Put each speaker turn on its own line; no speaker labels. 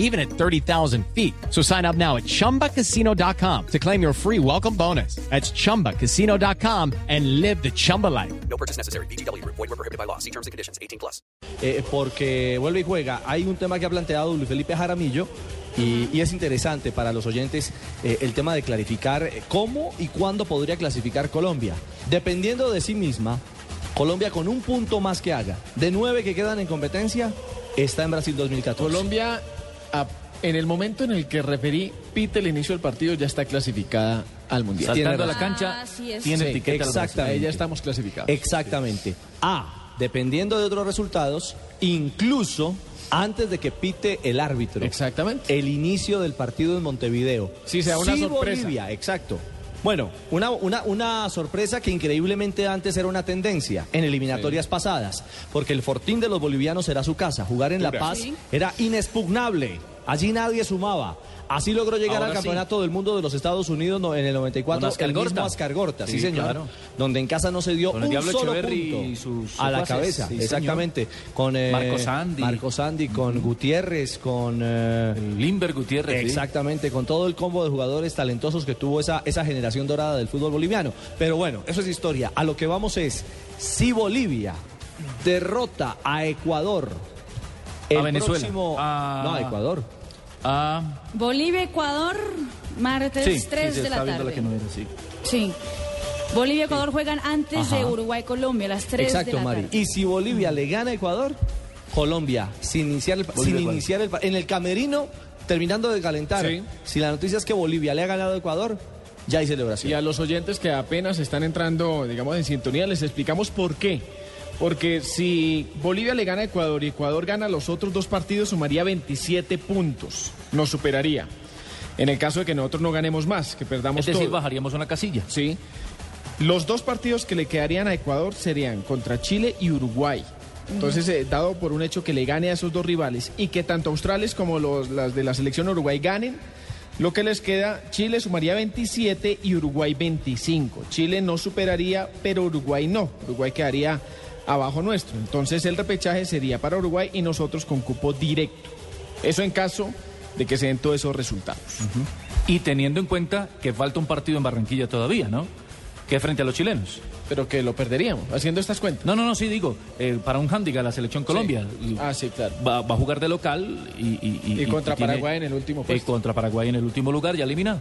even at 30,000 feet. So sign up now at ChumbaCasino.com to claim your free welcome bonus. That's ChumbaCasino.com and live the Chumba life.
No purchase necessary. BGW. Void were prohibited by law. See terms and conditions. 18 plus.
eh, porque vuelve y juega. Hay un tema que ha planteado Luis Felipe Jaramillo y, y es interesante para los oyentes eh, el tema de clarificar eh, cómo y cuándo podría clasificar Colombia. Dependiendo de sí misma, Colombia con un punto más que haga, de nueve que quedan en competencia, está en Brasil 2014.
Colombia, a- en el momento en el que referí pite el inicio del partido, ya está clasificada al Mundial.
Tiene
Saltando a la
razón.
cancha,
Ah, así es.
tiene
Sí,
etiqueta Eh, al
exacto.
Ahí ya estamos clasificados.
Exactamente. A, dependiendo de otros resultados, incluso antes de que pite el árbitro.
eh,
Exactamente.
el inicio del partido en Montevideo.
Sí, será una
Sí,
sorpresa.
Bolivia, exacto. Bueno, una, una, una sorpresa que increíblemente antes era una tendencia en eliminatorias pasadas, porque el fortín de los bolivianos era su casa. Jugar en La
Dura.
Paz
Sí.
era inexpugnable. Allí nadie sumaba. Así logró llegar
Ahora
al
sí.
Campeonato del Mundo de los Estados Unidos no- en el 94,
Con Ascar
el mismo
Gorta.
Ascar Gorta, sí,
Sí,
señor,
claro.
donde en casa no se dio
Con el
un
Diablo
solo
Echeverri
punto
y sus
a la
secuaces,
cabeza,
sí, señor.
exactamente, con eh,
Marco Sandy.
Marco Sandy, con Gutiérrez, con eh,
Limber Gutiérrez. sí.
Exactamente, con todo el combo de jugadores talentosos que tuvo esa, esa generación dorada del fútbol boliviano. Pero bueno, eso es historia. A lo que vamos es, si Bolivia derrota a Ecuador, el
Venezuela,
próximo-
a-
No, a Ecuador.
Ah,
Bolivia, Ecuador, martes
sí,
3
sí, se
de
está
la tarde.
viendo la que no era, sí.
Sí. Bolivia, Ecuador juegan antes de Uruguay, Colombia, a las 3 de
Exacto,
la
Mari.
tarde.
Y si Bolivia le gana a Ecuador, Colombia, sin iniciar el, pa- sin
Bolivia,
iniciar el pa- en el camerino, terminando de calentar,
Sí.
si la noticia es que Bolivia le ha ganado a Ecuador, ya hay celebración.
Y a los oyentes que apenas están entrando, digamos, en sintonía, les explicamos por qué. Porque si Bolivia le gana a Ecuador y Ecuador gana los otros dos partidos, sumaría 27 puntos. Nos superaría. En el caso de que nosotros no ganemos más, que perdamos
Es decir,
todo.
bajaríamos una casilla.
Sí. Los dos partidos que le quedarían a Ecuador serían contra Chile y Uruguay. Entonces, eh, dado por un hecho que le gane a esos dos rivales y que tanto australes como los- las de la selección Uruguay ganen, lo que les queda, Chile sumaría 27 y Uruguay 25. Chile no superaría, pero Uruguay no. Uruguay quedaría abajo nuestro. Entonces, el repechaje sería para Uruguay y nosotros con cupo directo. Eso en caso de que se den todos esos resultados.
Y teniendo en cuenta que falta un partido en Barranquilla todavía, ¿no? Que es frente a los chilenos.
Pero que lo perderíamos haciendo estas cuentas.
No, no, no, sí, digo, eh, para un handicap la selección Colombia.
Sí. Ah, sí, claro.
Va, va a jugar de local y... Y,
Y contra Paraguay en el último puesto.
Y contra Paraguay en el último lugar, ya eliminado.